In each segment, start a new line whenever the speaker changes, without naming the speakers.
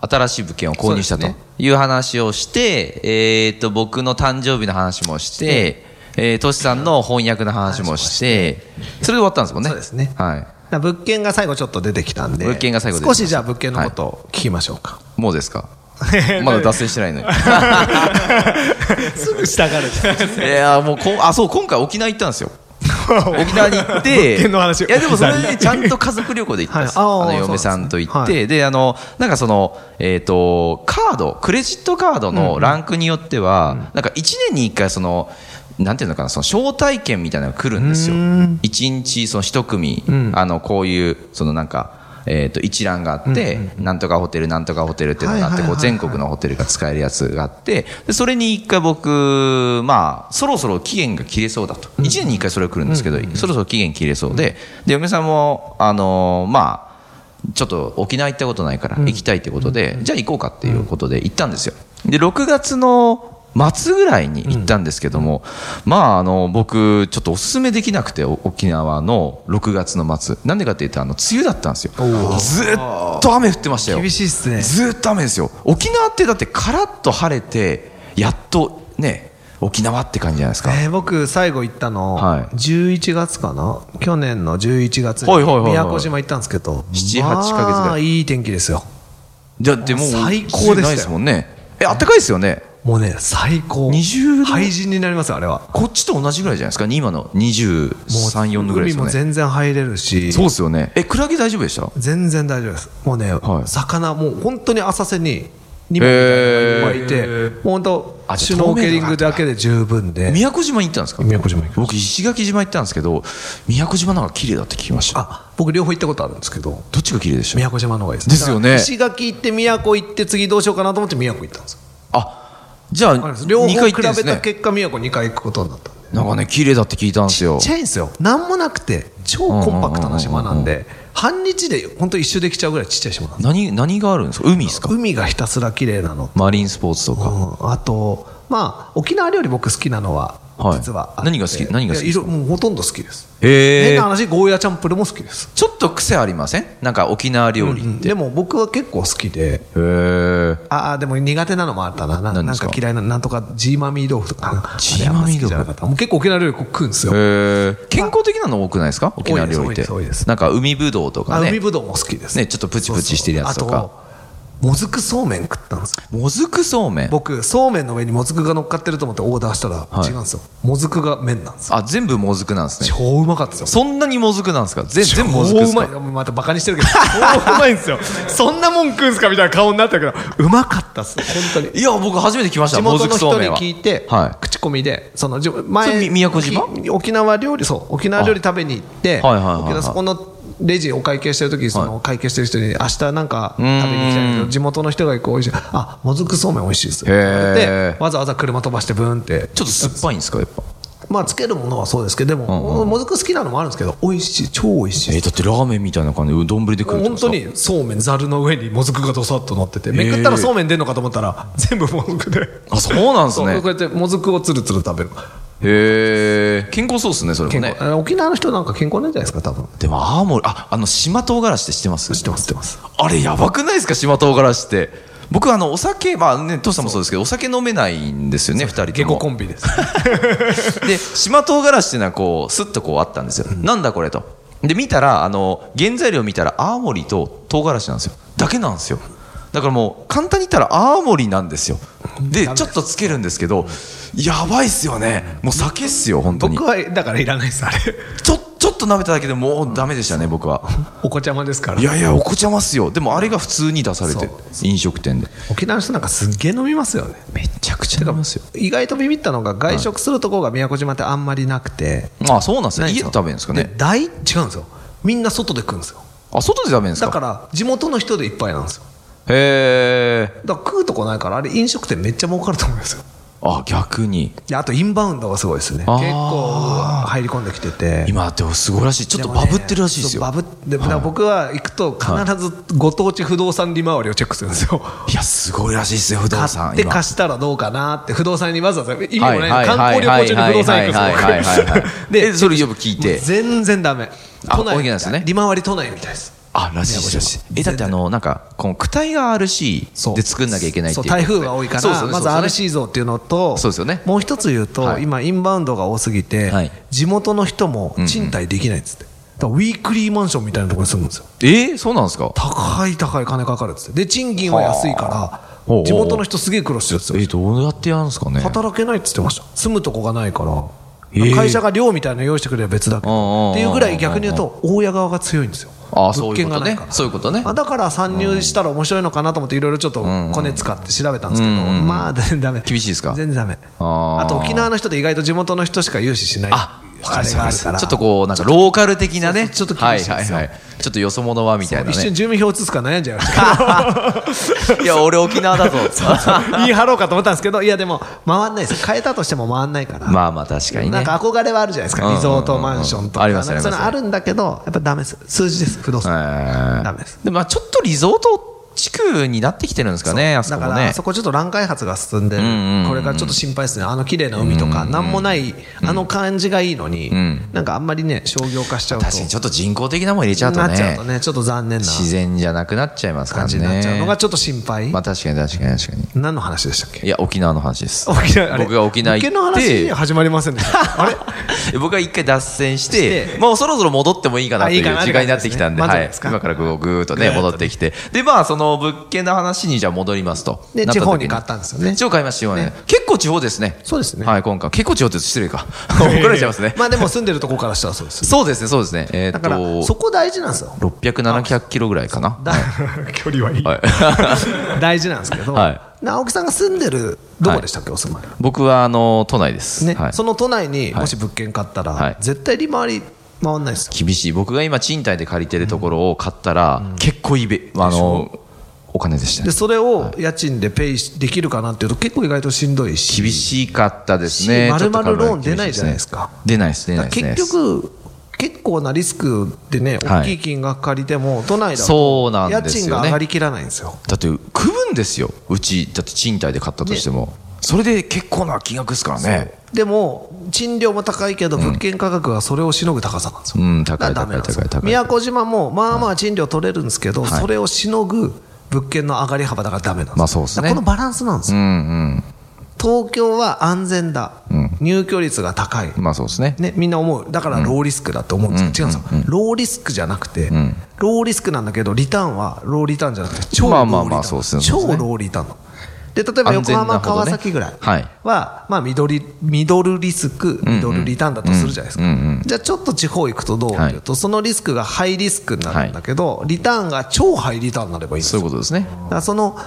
あ、新しい物件を購入したという話をして、えー、と、僕の誕生日の話もして、えー、トシさんの翻訳の話もして、それで終わったんですもんね。
そうですね
はい。
だから物件が最後ちょっと出てきたんで
物件が最後出てき
少
ました
しじゃあ物件のことを聞きましょうか、
もうです かまだ脱線してないのに。
すぐしたが
い
る
やーもうこんあそう今回沖縄行ったんです よ沖縄に行って
物件の話
いやでもそ れでちゃんと家族旅行で行ったんです
はいあー
あの嫁さんと行
そ
っ
う
て
です
で,、
ね
あのなんかそのえっ、とカードクレジットカードのランクによっては、なんか1年に1回そのなんていうのかなその招待券みたいなのが来るんですよ1日その1組、あのこういうそのなんかえー、と一覧があって、なんとかホテル、なんとかホテルっていうのがあって、こう全国のホテルが使えるやつがあって、でそれに一回僕、まあ、そろそろ期限が切れそうだと。一年に一回それが来るんですけど、そろそろ期限切れそうで、で、嫁さんも、あのーまあ、ちょっと沖縄行ったことないから行きたいってことで、じゃあ行こうかっていうことで行ったんですよ。で、6月の末ぐらいに行ったんですけども、まあ、あの、僕、ちょっとおすすめできなくて、お沖縄の6月の末。なんでかっていうと、あの、梅雨だったんですよ。ずっと雨降ってましたよ。
厳しい っすね
ずっと雨ですよ。沖縄ってだって、カラッと晴れて、やっとね、沖縄って感じじゃないですか。
えー僕最後行ったの、
はい
11月かな去年の11月に
はいはいはいはい
宮古島行ったんですけど
7 8ヶ月ぐらい
まあいい天気ですよ
だってもう、
最高でしたよ
梅雨ないですもんね。え、暖かいですよね。
もうね最高
20度
廃人になりますよあれは
こっちと同じぐらいじゃないですか、今の23、4度ぐらいです
海
よ
も
ね。
全然入れるし
そうですよね。え、クラゲ大丈夫でした
全然大丈夫ですもうね、
はい
魚もう本当に浅瀬に2枚みたいなのがいっぱいいて、もう本当
あじ
シュ
ゃあ透明度が
ノーケリングだけで十分で
宮古島に行ったんですか
宮古島行きました
僕、石垣島行ったんですけど、宮古島の方が綺麗だって聞きました。
あ僕両方行ったことあるんですけど
どっちが綺麗でした
宮古島の方がいいです
ですよね
だから石垣行って宮古行って次どうしようかなと思って宮古行ったんですよ
あ、じゃあ、
両方
2
比
回行ってん
べ
です
た
ね。
結果宮古2回行くことになったんで
なんかね、綺麗だって聞いたんですよ。
ちっちゃいんですよ何もなくて超コンパクトな島なんで半日で本当一周できちゃうぐらいちっちゃい島なんです
何、何があるんですか海ですか
海がひたすら綺麗なの
マリンスポーツとか。
うん、あと、まあ、沖縄料理僕好きなのは、
はい
実はあって
何が好き何が好き
いやいろもうほとんど好きです、
へ
変
え
な。話ゴーヤチャンプルも好きです、
ちょっと癖ありませんなんか沖縄料理って。
でも僕は結構好きで
へえ。
ああでも苦手なのもあったなな
何で
なん
すか
か嫌いななんとかジーマミー豆腐とかな
ジーマミー豆腐
あれあんま好きじゃなかったもう結構沖縄料理食うんですよ、
へー健康的なの多くないですか沖縄料理って
多いです多いです多いです
なんか海ぶどうと
あ
かね
海ぶどうも好きです
ねちょっとプチプチしてるやつと
そうそう
か
あともずくそうめん食ったんですよ
もずくそうめん
僕そうめんの上にもずくが乗っかってると思ってオーダーしたら
はい
違うんですよ、もずくが麺なんですよ
あ全部もずくなんですね
超うまかったですよ
そんなにもずくなんですか全全部
も
もずく
ずく
で
う
す
まい
か
もうまたバカにしてるけど超うまいんですよそんなもん食うんすかみたいな顔になったけどうまかったっす本当に
いや僕初めて来ました
地
も
元
ずく
の
そう
人
め
に
んは
聞いて、
は
口コミでそのじ
それ
前
み宮古島
沖沖縄料理そう沖縄料理食べに行って、
あはいはいはいはい
沖縄そこのレジお会計してる時にその会計してる人に明日なんか食べに行きたいんだけど地元の人が行くおいしいあもずくそうめん美味しいですよ
へ
っ
ー
て言ってわざわざ車飛ばしてブーンって
いちょっと酸っぱいんですかやっぱ
まあつけるものはそうですけどでも、もずく好きなのもあるんですけど美味しい超美味しい
えーだってラーメンみたいな感じでうどんぶりで食うってこ
本
と
当
ですか
にそうめんざるの上にもずくがどさっと乗っててめくったらそうめん出んのかと思ったら全部もずくで
あそうなんです
そう
ね
こうやってもずくをつるつる食べる
へえ健康そうですねそれ
健
もね
康あ沖縄の人なんか健康なんじゃないですか多分
でも青森ああの島唐辛子って知ってます
知ってます知ってます
あれやばくないですか島唐辛子って僕あのお酒まあねトシさんもそうですけどお酒飲めないんですよね二人とも
下戸コンビです
で島唐辛子っていうのはこうスッとこうあったんですよ、なんだこれとで見たらあの原材料見たら青森と唐辛子なんですよだけなんですよだからもう簡単に言ったら青森なんですよでちょっとつけるんですけどやばいっすよねもう酒っすよ本当に
僕はだからいらないですあれ
ちょちょっと舐めただけでもうダメでしたね僕は
お子ちゃまですから
いやいやおこちゃますよでもあれが普通に出されて
そう
飲食店で
沖縄の人なんかすっげえ飲みますよね
めちゃくちゃ飲みますよ
意外とビビったのが外食するとこが宮古島ってあんまりなくて、
あそうなんですね
ない
家
ん
で食べるんですかね
大違うんですよみんな外で食うんですよ
あ外で食べるんですか
だから地元の人でいっぱいなんですよ
へえ。
だから食うとこないから、あれ飲食店めっちゃ儲かると思いますよ。
あ、逆に。
であとインバウンドがすごいですね。結
あー
構入り込んできてて。
今、でもすごいらしい。ちょっとバブってるらしいですよ。
そうバブって、だから僕は行くと必ずご当地不動産利回りをチェックするんですよ。
いや、すごいらしいですよ、不動
買
産。
って
今
貸したらどうかなって、不動産にわざわざ、意味もな
はいい
の
はい
観
は
光
い
旅
は
行
い
中に不動産行く ん
はいはいは
ですよ
いはいはい
僕
えそれよく聞いて
もう全然ダメ。
あ
都内
多いですね
利回り都内みたいです。
あ、らしいです。え、だってあの、なんか、この躯体が RC で作んなきゃいけないって
そ
いうう。
台風が多いから、
そうそう
まず
そうそう
RC 像っていうのと、
そうですよね
もう一つ言うと、
はい
今、インバウンドが多すぎて、
はい
地元の人も賃貸できないっつって、だからウィークリーマンションみたいなところに住むんですよ、
えーそうなんですか
高い高い金かかるっつって、で賃金は安いから
ほ、う
地元の人、すげえ苦労してるっつっ
え
て、
ー、どうやってやるんですかね。
働けないっつってました、住むとこがないから
へ、え
会社が寮みたいなの用意してくれれば別だけ
うんうんうんうん
ど、っていうぐらい、逆に言うと、大家側が強いんですよ。
あー
物件がないから
そういうことねそういうことね
あだから参入したら面白いのかなと思っていろいろちょっとコネ使って調べたんですけど、まあ全然ダメ
厳しいですか
全然ダメ
あー
あと沖縄の人って意外と地元の人しか融資しない
あ、わか
あ
り
れがあ
ま
る
す。ちょ
から
っとこう、なんかローカル的なね。
ちょっと厳しいですよ
はいはいはい。ちょっとよそ者はみたいな
一瞬
ね。
住民票移すか悩んじゃいましたけど
いや、俺沖縄だぞ。
言い張ろうかと思ったんですけどいやでも回んないです変えたとしても回んないから、
まあまあ確かに
な
ね
ん。か憧れはあるじゃないです
うん
か、
うん
リゾートマンションとか、
ありますあります
なんかそういうのあるんだけど、やっぱダメです、数字です、不動産、
はい
ダメです。
で、まあちょっとリゾート地区になってきてるんですかね、あそ
だ
こ
か
も
ら、
ね
あ。そこちょっと乱開発が進んでる、
んうんうん
これからちょっと心配ですね、あの綺麗な海とか、なんもない、あの感じがいいのに、
ん
なんかあんまりね、商業化しちゃうと、
確かにちょっと人工的なもん入れちゃうと
なっちゃう
ね
と。ね、ちょっと残念な
自然じゃなくなっちゃいますから
感じになっちゃうのが
ね。
ちょっと心配、
まあ確かに確かに確かに。
何の話でしたっけ
いや、沖縄の話です。
沖縄あれ
僕が沖縄行って
物件の話始まりませんでした。あれ
僕は一回脱線して、
して
もうそろそろ戻ってもいいかなという
あいいかな
時間になってきたんで、
って感
は
じ
い
で、すね
今からこうぐーっとね、
ぐーっとね
戻ってきて、で、まあ、その物件の話にじゃあ戻りますと。
で
なた時
地方に買ったんですよね
地方買いました、地方ね。結構地方ですね。
そうですね
はい、今回。結構地方って失 礼か。怒られちゃいますね。
まあでも住んでるとこからしたらそうです。
そうですね、そうですね。えー
だ
っ
から、そ
と、
こ大事なんですよ。
600、700キロぐらいかな。
だ距離はいい、
はい。
大事なんですけど、
はい
青木さんが住んでるどこでしたっけ、お住まい
僕は、あの、都内です。
ね
はい
その都内にもし物件買ったら、
はい
絶対利回り回んないですよ、
厳しい僕が今賃貸で借りてるところを買ったら、結構いいべあのお金でした
で
ね
それを家賃でペイしできるかなっていうと結構意外としんどいし
厳しかったですね
し
ちょっと考えると
丸々ローン出ないじゃないですか
厳しいですね出ないです出
だ
ない
から
ですね
結局結構なリスクでね
はい
大きい金額借りても、都内だ
そうな
と家
んですよね
賃が上がりきらないんですよ
だって区分ですようちだって賃貸で買ったとしてもそれで結構な金額ですからね
でも賃料も高いけど物件価格はそれをしのぐ高さなんですよ、
うん高い
だからダメなんですよ
高い高い高い
宮古島もまあまあ賃料取れるんですけど、
い
それをしのぐ物件の上がり幅だからダメなんですよ、
まあそうですね
だからこのバランスなんです
う
よ、
ん
東京は安全だ、入居率が高い、
うんまあそうですね
ね、みんな思うだからローリスクだって思うんですけど、違うんですよ、ローリスクじゃなくて、ローリスクなんだけどリターンはローリターンじゃなくて超ロ
ま
ー
あ
リターン、
まあまあそうですね
超ローリターンので例えば
安
横
全な
浜、
方ね
川崎ぐらい
はい
は、まあ、ミドリミドルリスクミドルリターンだとするじゃないですか、じゃあちょっと地方行くとどうっていうと、そのリスクがハイリスクになるんだけど、リターンが超ハイリターンになればいいんです
そうい
よ
うことですね
だからその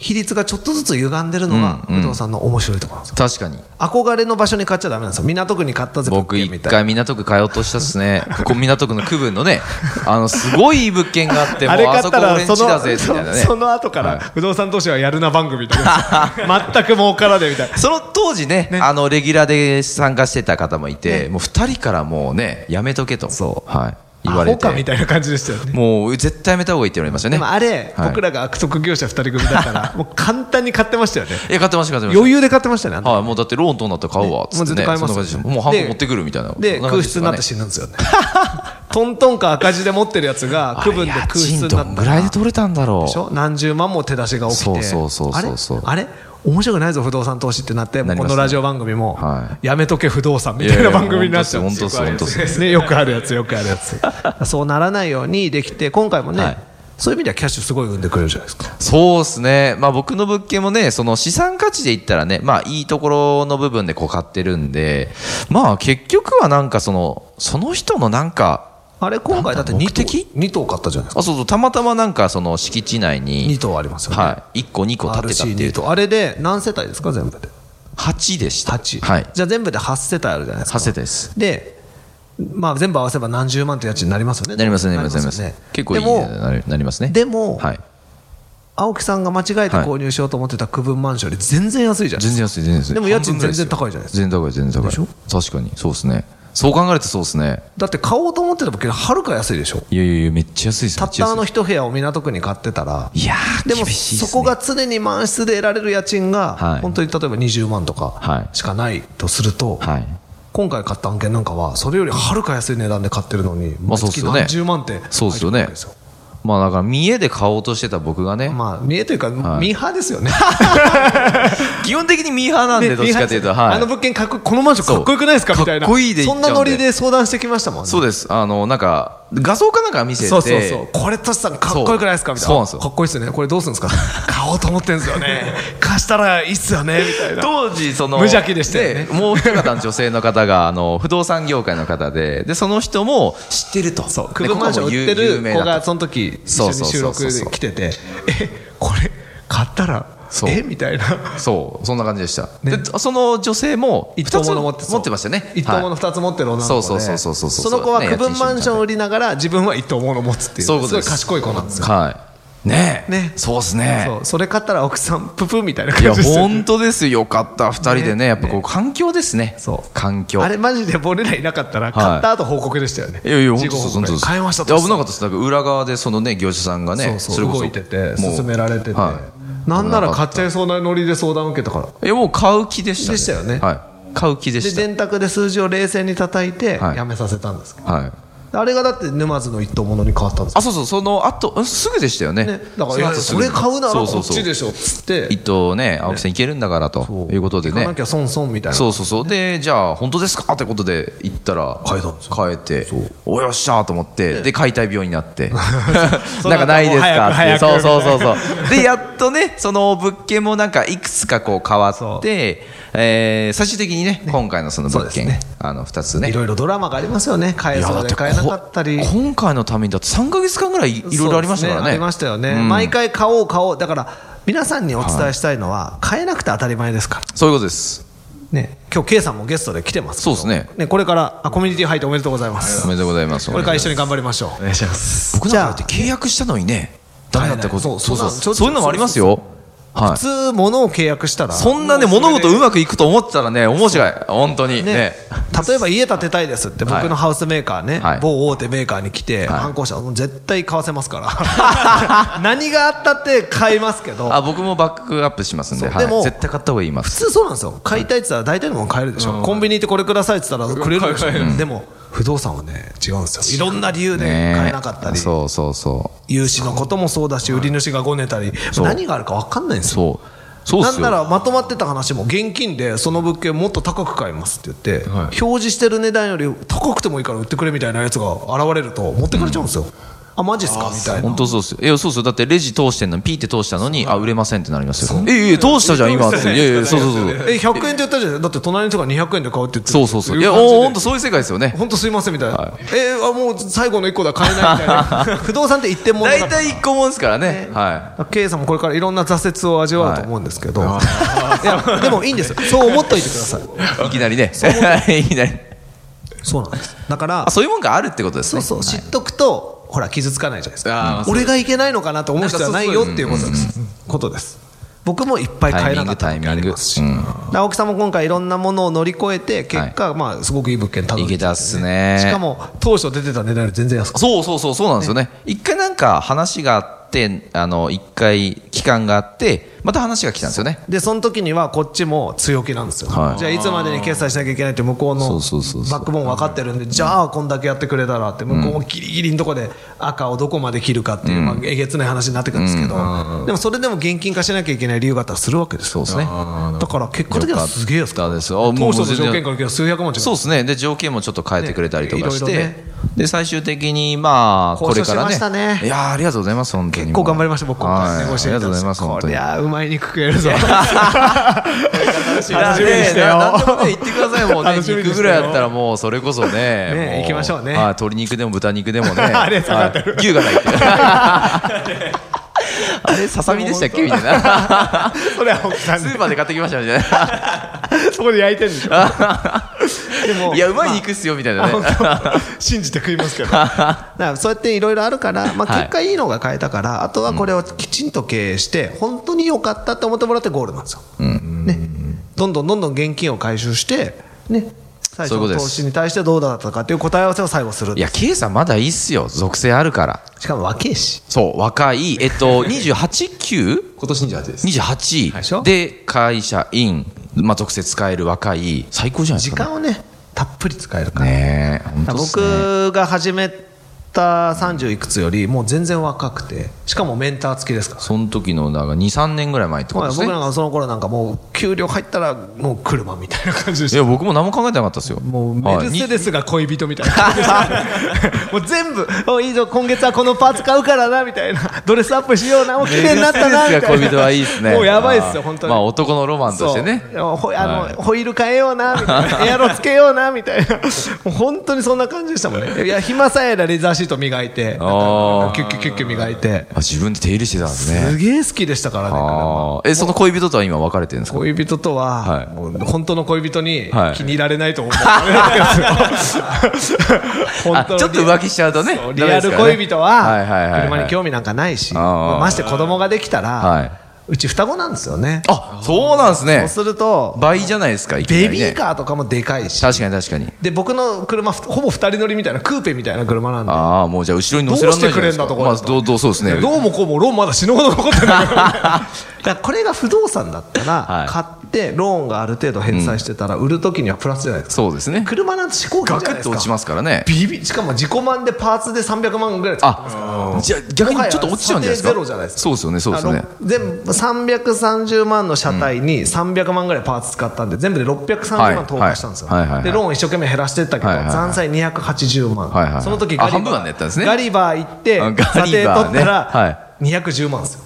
比率がちょっとずつ歪んでるのが不動産の面白いところなんですよ
確かに
憧れの場所に買っちゃダメなんですよ港区に買ったぜ
僕
物件
一
みたいな
回港区通おうとしたっすねここ港区の区分の ねあのすごいいい物件があってもうあそこ俺んちだぜみたいなね
の後から不動産投資はやるな番組みたい な全く儲からでみたいな
その当時ねあのレギュラーで参加してた方もいて、もう2人からもうねやめとけとはい、言われて
たいな感じでしたよね
もう絶対やめた方がいいって言われましたね
でもあれ、
はい
僕らが悪徳業者2人組だから もう簡単に買ってましたよね
え買ってました買ってました
余裕で買ってましたよねあんた
はい、もうだってローンとなったら買うわっつって、ね、
ねもう絶対買い
そん
ます
な感じでしたもうハンコ持ってくるみたいな
で
そんな感
空
じでし
室
たね
になって死ぬんですよね トントンか赤字で持ってるやつが区分で
あれ
空室に
家賃
な
ど
っ
ん
た
ぐらい
ら
で取れたんだろ
でし
う
ょ何十万も手出しが起きて
そうそうそうそうそう
あれあれ面白くないぞ不動産投資ってなってもう
なり
こ
ますね
のラジオ番組も、
は
やめとけ不動産みたい
いや
ない
や
番組になっちゃう
本当っす本当っす本当っ
ねよくあるやつよくあるやつ そうならないようにできて今回もね、
はい
そういう意味ではキャッシュすごい生んでくれるじゃないですか
そうですね、まあ、僕の物件もね、その資産価値で言ったらね、まあ、いいところの部分でこう買ってるんで、まあ、結局はなんかその、その人のなんか、
あれ今回だって2
目的
頭二頭買ったじゃないですか
あそうそうたまたまなんかその敷地内に、
2頭ありますよね、
はい、1個、2個建てたってい
RC2
う、
頭あれで何世帯ですか全部で
8でした、
8、
はい、
じゃあ全部で8世帯あるじゃないですか
8世帯です。
で、まあ、全部合わせば何十万という家賃になりますよね。
なりますね、なりますね、なります
なり
結構いい
よね
ねなりなりますね。
でも、でも
はい、
青木さんが間違えて購入しようと思ってた区分マンションより全然安いじゃない
全然安い全然安い
でも家賃全然高いじゃないですか
全然高い全然高い
でしょ
確かにそうですねそう考えるとそうですね
だって買おうと思ってたけどはるか安いでしょ
いやいやいやめっちゃ安いです
たったあの
めちゃ安い
一部屋を港区に買ってたら
いやー
でも
厳しいっす
そ
ね
こが常に満室で得られる家賃
は
が
い
本当に例えば20万と
は
か
い
しかないとすると
はい
今回買った案件なんかはそれよりはるか安い値段で買ってるのに
まあそうっすよね
毎月何十万って
そうですよね
入ってくるわけですよ
まあだから見栄で買おうとしてた僕がね、
まあ見えというか
はい
ミーハーですよね
基本的にミーハー なんで
ね
どっちかというと、
ミーハーです
はい、
あの物件かっここのマンションかっこよくないですか
そう
みたい
か
な
っこいいで行
そ
っ
ん
ちゃうんで
なノリで相談してきましたもんね
そうですあのなんか画像かなんか見せて
そうそうそうこれトシさんかっこよくないですかみたいな
そうなんですよ
かっこいいですよねこれどうする んですか買おうと思ってんですよね貸したらいいっすよねみたいな
当時その
無邪気でしたよね
もう一方の女性の方があの不動産業界の方ででその人も知ってると
そう、
で
クブマンション
ここも有
売って
有
る
名
子
だと
がその時一
そ
緒
う
に
そうそ
収
う
録
そう
で来てて、え、これ買ったら
そ、う
えみた いな。
そうそんな感じでした、
ね
でその女性も
一等
二つ
物持ってそう
持ってましたよね
一等物
はい
二つ持ってる女の子で、
そうそうそうそうそう
その子は
ね
区分マンション売りながら自分は一等物持つっていう
そういうことです
すごい賢い子なんですよ、
はいねえ
ね
そうですね
そうそれ買ったら奥さんププみたいない
や
感じですよね
本当ですよよかった二人でね
ね
やっぱこう環境ですね
そう
環境
あれマジで俺らいなかったら買った後報告でしたよね、
いやいや、本
事
当
後
です
報告
本
で
当です。
買いました
いや危なかったです。なんか裏側でそのね、業者さんがね、
そう
れ
そう
こそ
動いてて
もう
勧められてて、
はい
なんなら買っちゃいそうなノリで相談受けたから
いや、もう買う気でしたね。
でしたよね
はい。買う気で
で
した。
電卓で数字を冷静に叩いて
はい
やめさせたんですけど、
はい。
あれがだって沼津の一等物に変わったんですよ
あ、そうそう、その後、うんすぐでしたよね。
ね、だからい
の
や
後す
そ
ぐ
れ買うなら
そ
こ
うそう
っ
そう
ちでしょっつって
一等ね、青木さんいけるんだからということで
行
ね
かな。きゃ損損みたいな
そうそうそう。で、じゃあ、本当ですかってことで行ったら、
買えたんですよ
変えて、およっしゃーと思って、で、解体病にな って、
そう
なんかないですかって、
早く
そう
早く
そうそうそ う。で、やっとね、その物件もなんかいくつかこう変わ
そ
っ
う
て、えー最終的にね、今回のその物
そう
件、
ですね
あの、二つね
い。ろいろドラマがありますよね買えそうで買えなかったり
こ今回のためにだって3か月間ぐらいいろいろありましたから
そうです
ね。
ありましたよね、
うん
毎回買おう買おうだから皆さんにお伝えしたいのは、買えなくて当たり前ですから
そういうことです。
ね今日 K さんもゲストで来てますけど
そうですね
これからあコミュニティ入っておめでとうございま
お
す
めでとうございます。
これから一緒に頑張りましょうお願いします
僕なんかだって契約したのにね、ダメだったこと、
はいはいそう
そう
そう
そ
そうう
そういうのもありますよ。はい
普。通物を契約したら
そんなね、物事うまくいくと思ってたらね、面白い。本当に。ね。
ね、例えば家建てたいですって
はい
僕のハウスメーカーね、
はい
某大手メーカーに来て、
はい
反抗したらもう絶対買わせますか ら何があったって買いますけど
あ、僕もバックアップしますんで、
そう
はい
でも
絶対買った方がいい、今。普
普通そうなんですよ買いたいって言ったら大体のもの買えるでしょ、コンビニ行ってこれくださいって言ったらくれるでしょ、でも不動産はね違うんですよいろんな理由で買えなかったり、
そうそうそう。
融資のこともそうだし売り主がごねたり
う
何があるか分かんないんですよ
そう。そうっ
な
す
ん
よ。
ならまとまってた話も現金でその物件もっと高く買いますって言って、表示してる値段より高くてもいいから売ってくれみたいなやつが現れると持ってかれちゃうんですよ、あマジっすかみたいな
本当そうっすよ。いや、そうっすよ。だってレジ通してんのに、ピーって通したのに、あ、売れませんってなりますよ。いやいや、通したじゃん、今って。いやいや、そうそうそう。
え100円って言ったじゃんだって隣の人が200円で買うって言って
そうそうそう。いや、お本当そういう世界ですよね。
本当すいませんみたいな、えーあもう最後の1個だ買えないみたい な不動産って一点物
大
だ
体一個もんですからね。は
経営さんもこれからいろんな挫折を味わうと思うんですけど、い、やでもいいんですよそう思っといてください
い。いきなりね。 いきなり。
そうなんですだから
あ、そういうもんがあるってことです
そう
ね。
そう、知っとくと、ほら、傷つかないじゃないで
あ
す
ーまあ
か。
そう
俺がいけないのかなと思う人はないよっていうことです。ことです。僕もいっぱい買えなかった
タイミ
時
ング
ありますし、
タイミング
で青木さんも今回いろんなものを乗り越えて結果、まあすごくいい物件たどり着いんですよ
いけたっすね
しかも当初出てた値段より全然安く
そうそうそうそうなんですよね。一回なんか話があって、あの、一回期間があって、また話が来たんですよね。
でその時にはこっちも強気なんですよ、
はい
じゃあいつまでに決済しなきゃいけないって向こうの
そ
バ
うそうそうそう
ックボーン分かってるんでじゃあこんだけやってくれたらって向こうもギリギリのとこで赤をどこまで切るかっていう、まあ、えげつない話になってくるんですけど、でもそれでも現金化しなきゃいけない理由があったらするわけですよ
そうですね。
だから結果的にはすげえ安か
よかったで
っ
す
た
よあ
当
もう
初の条件
全
からいけば数百万違う
そうですね。で、条件もちょっと変えてくれたりとかして、
ねいろいろね
で、最終的に、まあ、これ
交渉
か
し
ら
ま
ね。
した
い
ね
やーありがとうございます、本当に。
結構頑張りました僕今
はい
回
ありがとうございます、本当
こ
に。
りゃあうまい肉食えるぞ
いや
楽しみにし
ね
てよ
ななんでもね、言ってくださいもうね。
楽しみにし
肉
てよ
ぐらいだったらもう、それこそね。も
行きましょうね
はい、鶏肉でも豚肉でもね。
ありがとうございます
はい牛がないって。あれささみでしたっけみたいな
それは本
スーパーで買ってきましたみたい
当に そこで焼いてるんでしょで
な
も
いやうまい肉っすよみたいなね
信じて食いますけ どは
だからそうやっていろいろあるから、ま
は
あ、
い
結果いいのが変えたから、あとはこれをきちんと経営して本当に良かったって思ってもらってゴールなんですよ、ね、どんどんどんどん現金を回収して、ね、最初
そういうこと
の
で
投
す
資に対してどうだったかっていう答え合わせを最後する
いや K さんまだいいっすよ属性あるから
しかも若いし
そう若いえっ と 289?
今年28です
でしょ
28で会社員、まあ、属性使える若い最高じゃないです
時
か、ね、
間をねたっぷり使えるから、
ねえ本当っすね
僕が始めた30いくつよりもう全然若くてしかもメンター付きですから
その時のだから23年ぐらい前ってこと
まあ
です
僕
ね
なんかその頃なんかもう給料入ったらもう車みたいな感じでし
いや僕も何も考えてなかったですよ
もうメ
はい
ルセデスが恋人みたいな もう全部おいいぞ今月はこのパーツ買うからなみたいなドレスアップしようなお綺麗になったな
メルセ
み
デスが
たい
恋
な
人はいいですね
もうやばいっすよ本当に
まあ男のロマンとしてね
そうほあの、
はい
ホイール変えようなみたい なエアロつけようなみたいなもう本当にそんな感じでしたもんねいや暇さえあればレザーシート磨いてなんか
あー
キュッキュッキュッキュ磨いて
あ自分で手入れしてたんです
す
ね
げえ好きでしたからね
あーえその恋人とは今別れてるんですか
恋人とは、
はい
もう本当の恋人に
はい
気に入られな いと思う、本当
あ
に
ちょっと浮気しちゃうとね
そうリ
ダメ
ア
です
ル
からね
恋人
はいはいはいは
はい車に興味なんかないし、
あー
まして子供ができたら、
はいう
ち双子なんですよね。
あそうなんです
そう
ね
すると、
倍じゃないですかいきなり
ベ
ね
ビーカーとかもでかいし、
確かに確かに
で僕の車、ほぼ二人乗りみたいな、クーペみたいな車なんで、
ああもうじゃあ後ろに乗せられないじゃないですか
どうしてくれんだところです
まあどうどうそうですね
どうもこうもローンまだ死ぬほど残ってるだからこれが不動産だったら、
はい
買ってローンがある程度返済してたら、売るときにはプラスじゃないですか
そうですね
車なんて飛行機じゃ
ガ
ない
ク
で
ッ
す
と
か
落ちますからね
ビビしかも自己満でパーツで300万ぐらい使ってますから
あじゃあ逆にちょっと落ちちゃうんじゃないですか
査定ゼロじゃないですか
そうですよねそうですよね
あの全部330万の車体に300万ぐらいパーツ使ったんで全部で630
は
万
い
投下したんですよ、
はいはいはい
でローン一生懸命減らしてったけど、
はいはいはい
残債280万、
はいはいはい
その時ガ
あ
リ
半分
バ
までやったんです
ー
ね
ガリバー行って
あガリバー
査定取った
ね
ら210万ですよ、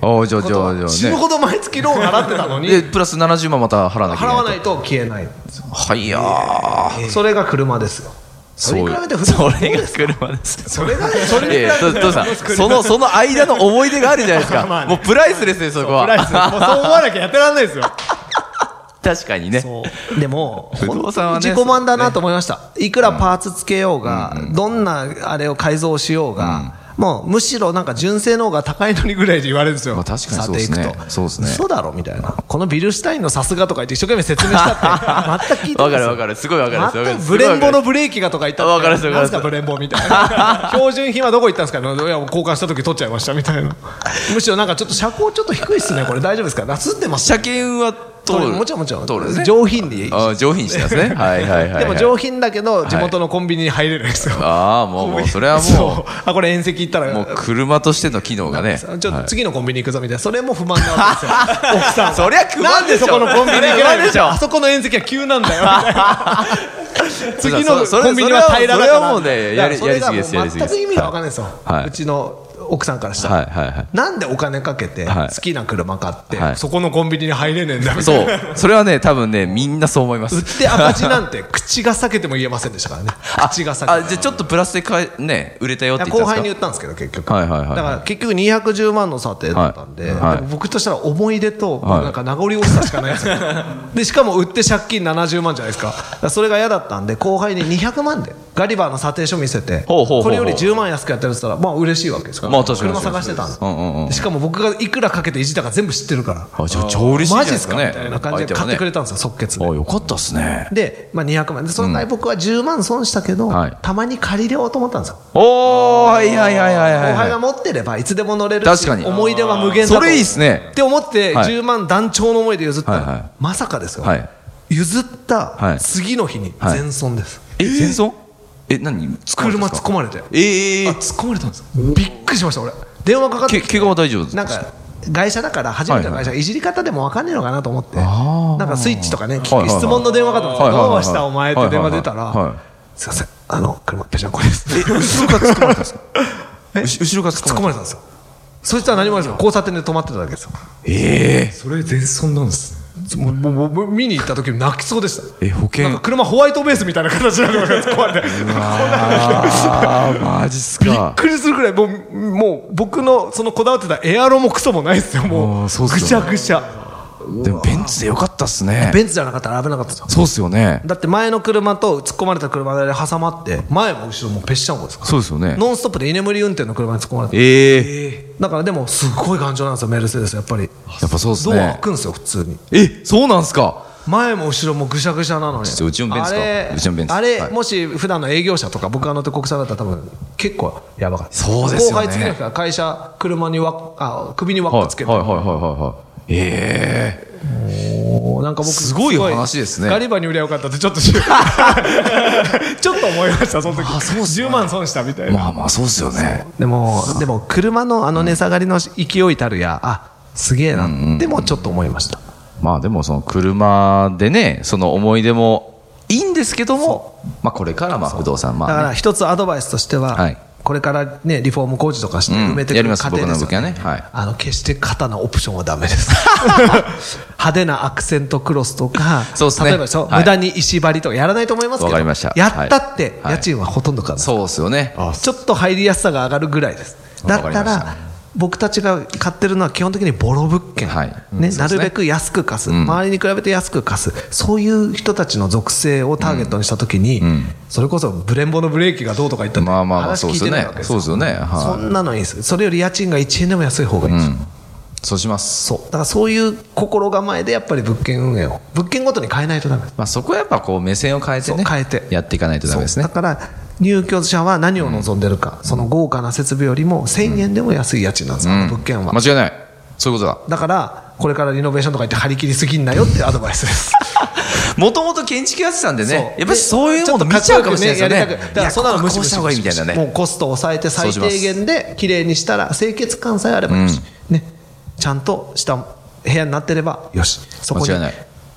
ああじゃあじゃあじ
死
ゃ
ぬ
あね
ほど毎月ローン払ってたの
で
に
プラス70万また払わなきゃいけ
払
ない
わないと消えない
はいやー
それが車ですよそれに比べて普通
それが車です
それがそれに比
え
べ
えととさんそのその間の思い出があるじゃないで すか
まあね
もうプライスレスですよそこ
プライ
は
スもうそう思わなきゃやってらんないですよ
確かにね
そうでも、
不動産はね
自己満だなと思いました、いくらパーツつけようが、どんなあれを改造しようが、もうむしろなんか純正の方が高いのにぐらいで言われるんですよ、
まあ確かにそうですね
査定いくと
そうですね
嘘だろみたいな、このビルシュタインのさすがとか言って、一生懸命説明し たって、全く聞いてな
わか
いんです
る
よ
わかるすごいわかる
全く
す
ブ
ごいわ
レ
か
ン
る
ボのブレーキがとか言ったって
わかるわかる
なんすかブレンボみたい な標準品はどこ行ったんですかいや交換した時取っちゃいましたみたいなむしろなんかちょっと車高ちょっと低いっすねこれ大丈夫ですかすってます
車検は通る
もちろんもちろん
通るんですね
上品でいい
あー上品してますねはいはいはいはい
でも上品だけど地元のコンビニに入れるんですよ、
ああもうもうそれは
そ
も
うあこれ遠赤行ったら
うもう車としての機能がね
ちょっと次のコンビニ行くぞみたいなそれも不満なわけですよ 奥さんは
そりゃ不
なん
満
で
でし
そ
ょ
このコンビニ行けない
そ
の
りゃ不満でしょ
あそこの遠赤は急なんだ よみたいな次
そ
の
うそうそれ
コンビニは平らだか
そ
ら
れはもうねやり
だからそれが
やりすぎですやりすぎです
もう全く意味が分かんないんですよ、
はいう
ちの奥さんからしたら、
はいはいはい
なんでお金かけて
は
好
い
きな車買って、
はい
そこのコンビニに入れねえんだみたいな
そうそれはね多分ねみんなそう思いま
売っ
す
て赤字なんて口が裂けても言えませんでしたからね口が裂け
あ
て
じゃあちょっとプラスでかえね売れたよって言った
後
んです
輩
か
に言ったんですけど結局、
はいはいはいはい
だから結局210万の査定だったんで,、
はいはい
でも僕としたら思い出と、
はい
なんか名残惜しさしかないんですよでしかも売って借金70万じゃないですかだからそれが嫌だったんで後輩に200万でガリバーの査定書見せて
ほうほうほうほう
これより10万安くやってるって言ったらまあ嬉しいわけですから、
まあ確かに
車探してたんです、
うんうんうん
でしかも僕がいくらかけていじったか全部知ってるから
あじゃあ超嬉しいじゃな
マ
い
ジ
で
ですす
か
か
ね
みたいな感じで買ってくれたんですよ即決で
あよかったっすね
で、まあ、200万でその代わり僕は10万損したけど、
はい
たまに借りれようと思ったんですよ
おーはいはいはいはいはい
後輩が
は
持ってればいつでも乗れる
確
し
かに
思い出は無限だと
それいいっすね
って思って
はい
10万断腸の思いで譲ったら、
はいはい
まさかですよ、
はい
譲っ
は
た
い
次の日に
はい
全損です、
いえ戦争え何
車突っ込
む
まれて
ええ
あ突っ込まれたんですよびっくりしました俺電話かかって
け
きて
怪我は大丈夫です
なんか会社だから初めての
はい
会社いじり方でも分かんねえのかなと思って
あー
なんかスイッチとかね
いはいはい
質問の電話かと思って
はいはいはい
どうしたお前って電話出た
はいはいはい
ら
はい
すいませんあの車ペシャンコです
え後ろから突っ込まれたんですか
え
うし後ろから突
突っ
っ込
込
ま
ま
れ
れたんですよそいつは何もないですよ交差点で止まってただけですよ
たええ
それ全損なんです
もうもうもう見に行った時に泣きそうでした
え保険
なんか車ホワイトベースみたいな形なのが突っ 込まれてこんな
あーマジっす
びっ
か
くりするくらいもうもう僕のそのこだわってたエアロもクソもないですよも
あ
う
ーそうっすよ
ぐ
ね
ちゃぐちゃ
でもベンツでよかったっすね
ベンツじゃなかったら危なかったですよ
そうっすよね
だって前の車と突っ込まれた車で挟まって前も後ろもぺっしゃんこですから
そうですよね
ノンストップで居眠り運転の車に突っ込まれて
ええ
だからでもすごい頑丈なんですよメルセデスやっぱり
やっぱそうっす
ドア開
ね
くんですよ普通に
えそうなんすか
前も後ろもぐしゃぐしゃなのに
ちょっとうちのベンツか
あれ
うちのベンツ
あれ、
はい
もし普段の営業者とか僕が乗って国産だったら多分結構やばかった
そうですよね
後輩つけなくて会社車にわあ首に輪っ
はい
かつけて、
はいはいはいはいええ
もうなんか僕
すごい話ですね
ガリバに売りゃよかったってちょっとしちょ っと思いましたその時
あそうっすね
10万損したみたいな
まあまあそうっすよね
でもでも車のあの値下がりの勢いたるやあすげえなでもちょっと思いました
まあでもその車でねその思い出もいいんですけどもまあこれからまあ不動産
だか
まあ
ら
ね
一つアドバイスとしては、
はい
これからねリフォーム工事とかして
うん
埋めて
やり
くる
ます
過程ですよ、
僕
ね
の動きはねはい
あの決して肩のオプションはダメです 派手なアクセントクロスとか
そうっすね
例えばそう、
はい
無駄に石張りとかやらないと思いますけど
わかりました
やったって
はい
家賃はほとんどかな、
そうっすよね
ちょっと入りやすさが上がるぐらいですだっ
わか
た
りました
ら僕たちが買ってるのは基本的にボロ物件、
はい
ね
うん
なるべく安く貸す、周りに比べて安く貸すそういう人たちの属性をターゲットにしたときに、それこそブレンボのブレーキがどうとか言ったって
まあまあまあ
話
そうっ
聞い
す
て
よ
ない
ね
わけです
そう
よ
っすよね
そ
は
んなのいいですそれより家賃が1円でも安い方がいいです、
いそうします
そうだからそういう心構えでやっぱり物件運営を物件ごとに変えないとダメです
まあそこはやっぱこう目線を変えてね
そう変えて
やっていかないとダメですね
だから入居者は何を望んでるか、その豪華な設備よりも1000円でも安い家賃なんです、あの物件は
間違いないそういうことだ
だからこれからリノベーションとか言って張り切りすぎんなよっていうアドバイスです
もともと建築やってたんで
そう
ねやっぱりそういうもの見ちゃうかもしれないですよね
ちょっとかっこよくやりたくだからそんなの無視
した方がいいみたいなね
もうコストを抑えて最低限で綺麗にしたら清潔感さえあればよし、ねちゃんとした部屋になってればよしそこに
間違いない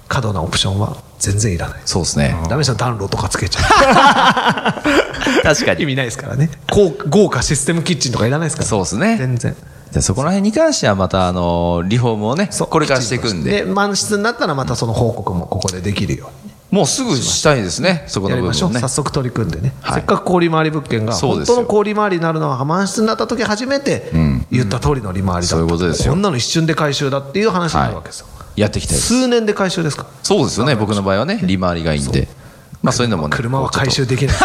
過度なオプションは全然いらない
そうですね
ダメじゃ暖炉とかつけちゃ
確か
う意味ないですからね豪豪華システムキッチンとかいらないですから
そうですね
全然
じゃあそこら辺に関してはまたあのリフォームをね
そう
これからしていくんで
で満室になったらまたその報告もここでできるように
もうすぐしたいですねそこの
や
部分
りましょ
も
う、
ね
早速取り組んでね、
はい
せっかく氷回り物件が
そう
本
ですよ
当の氷回りになるのは満室になった時初めて言った通りの利回りだった、
そういうことですよ
こんなの一瞬で回収だっていう話になるわけですよ、
やっていきたいです
数年で回収ですか
そうですよね僕の場合はね利回りがいいんでまあそういうのもね
車は回収できない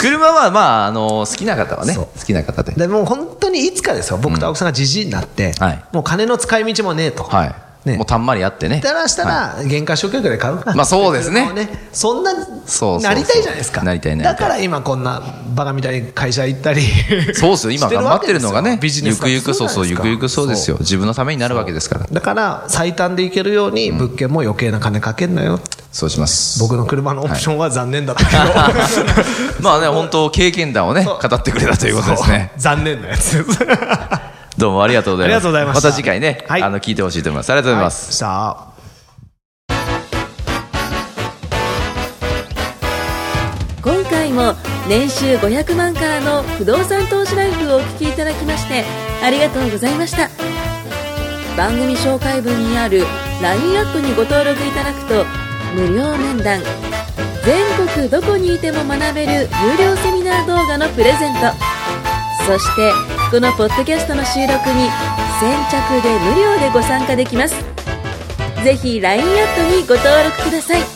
車はまああの好きな方はね好きな方で
でもう本当にいつかですよ僕と青木さんがじじいになって、
はい
もう金の使い道もねえと、
はい
ね
もうたんまりあってね
だらした
はい
ら、原価償却で買うか
まあそうですね
そんな、
そうそう
なりたいじゃないですか。
なりたいなりたい
だから今こんな、バカみたいに会社行ったり。
そうですよ今
して
頑
る
張
わ
っ
け
てるのがね
ですよビジネスだって
ゆくゆくそうそう
じ
ゆ
ゃ
く
ない
ゆくそうです
か
よ自分のためになるわけですから
そうだから、最短で行けるように、物件も余計な金かけんなよ。
そうします
僕の車のオプションは残念だったけど。
まあね本当経験談をね
そう
語ってくれたということですね
そう残念なやつ です。
どうもありがとうございます
ありがとうございました
また次回ね
はい
あの聞いてほしいと思いますありがとうございます
さあ。
今回も年収500万からの不動産投資ライフをお聞きいただきましてありがとうございました番組紹介文にある LINE アップにご登録いただくと無料面談全国どこにいても学べる有料セミナー動画のプレゼントそしてこのポッドキャストの収録に先着で無料でご参加できますぜひ LINE アップにご登録ください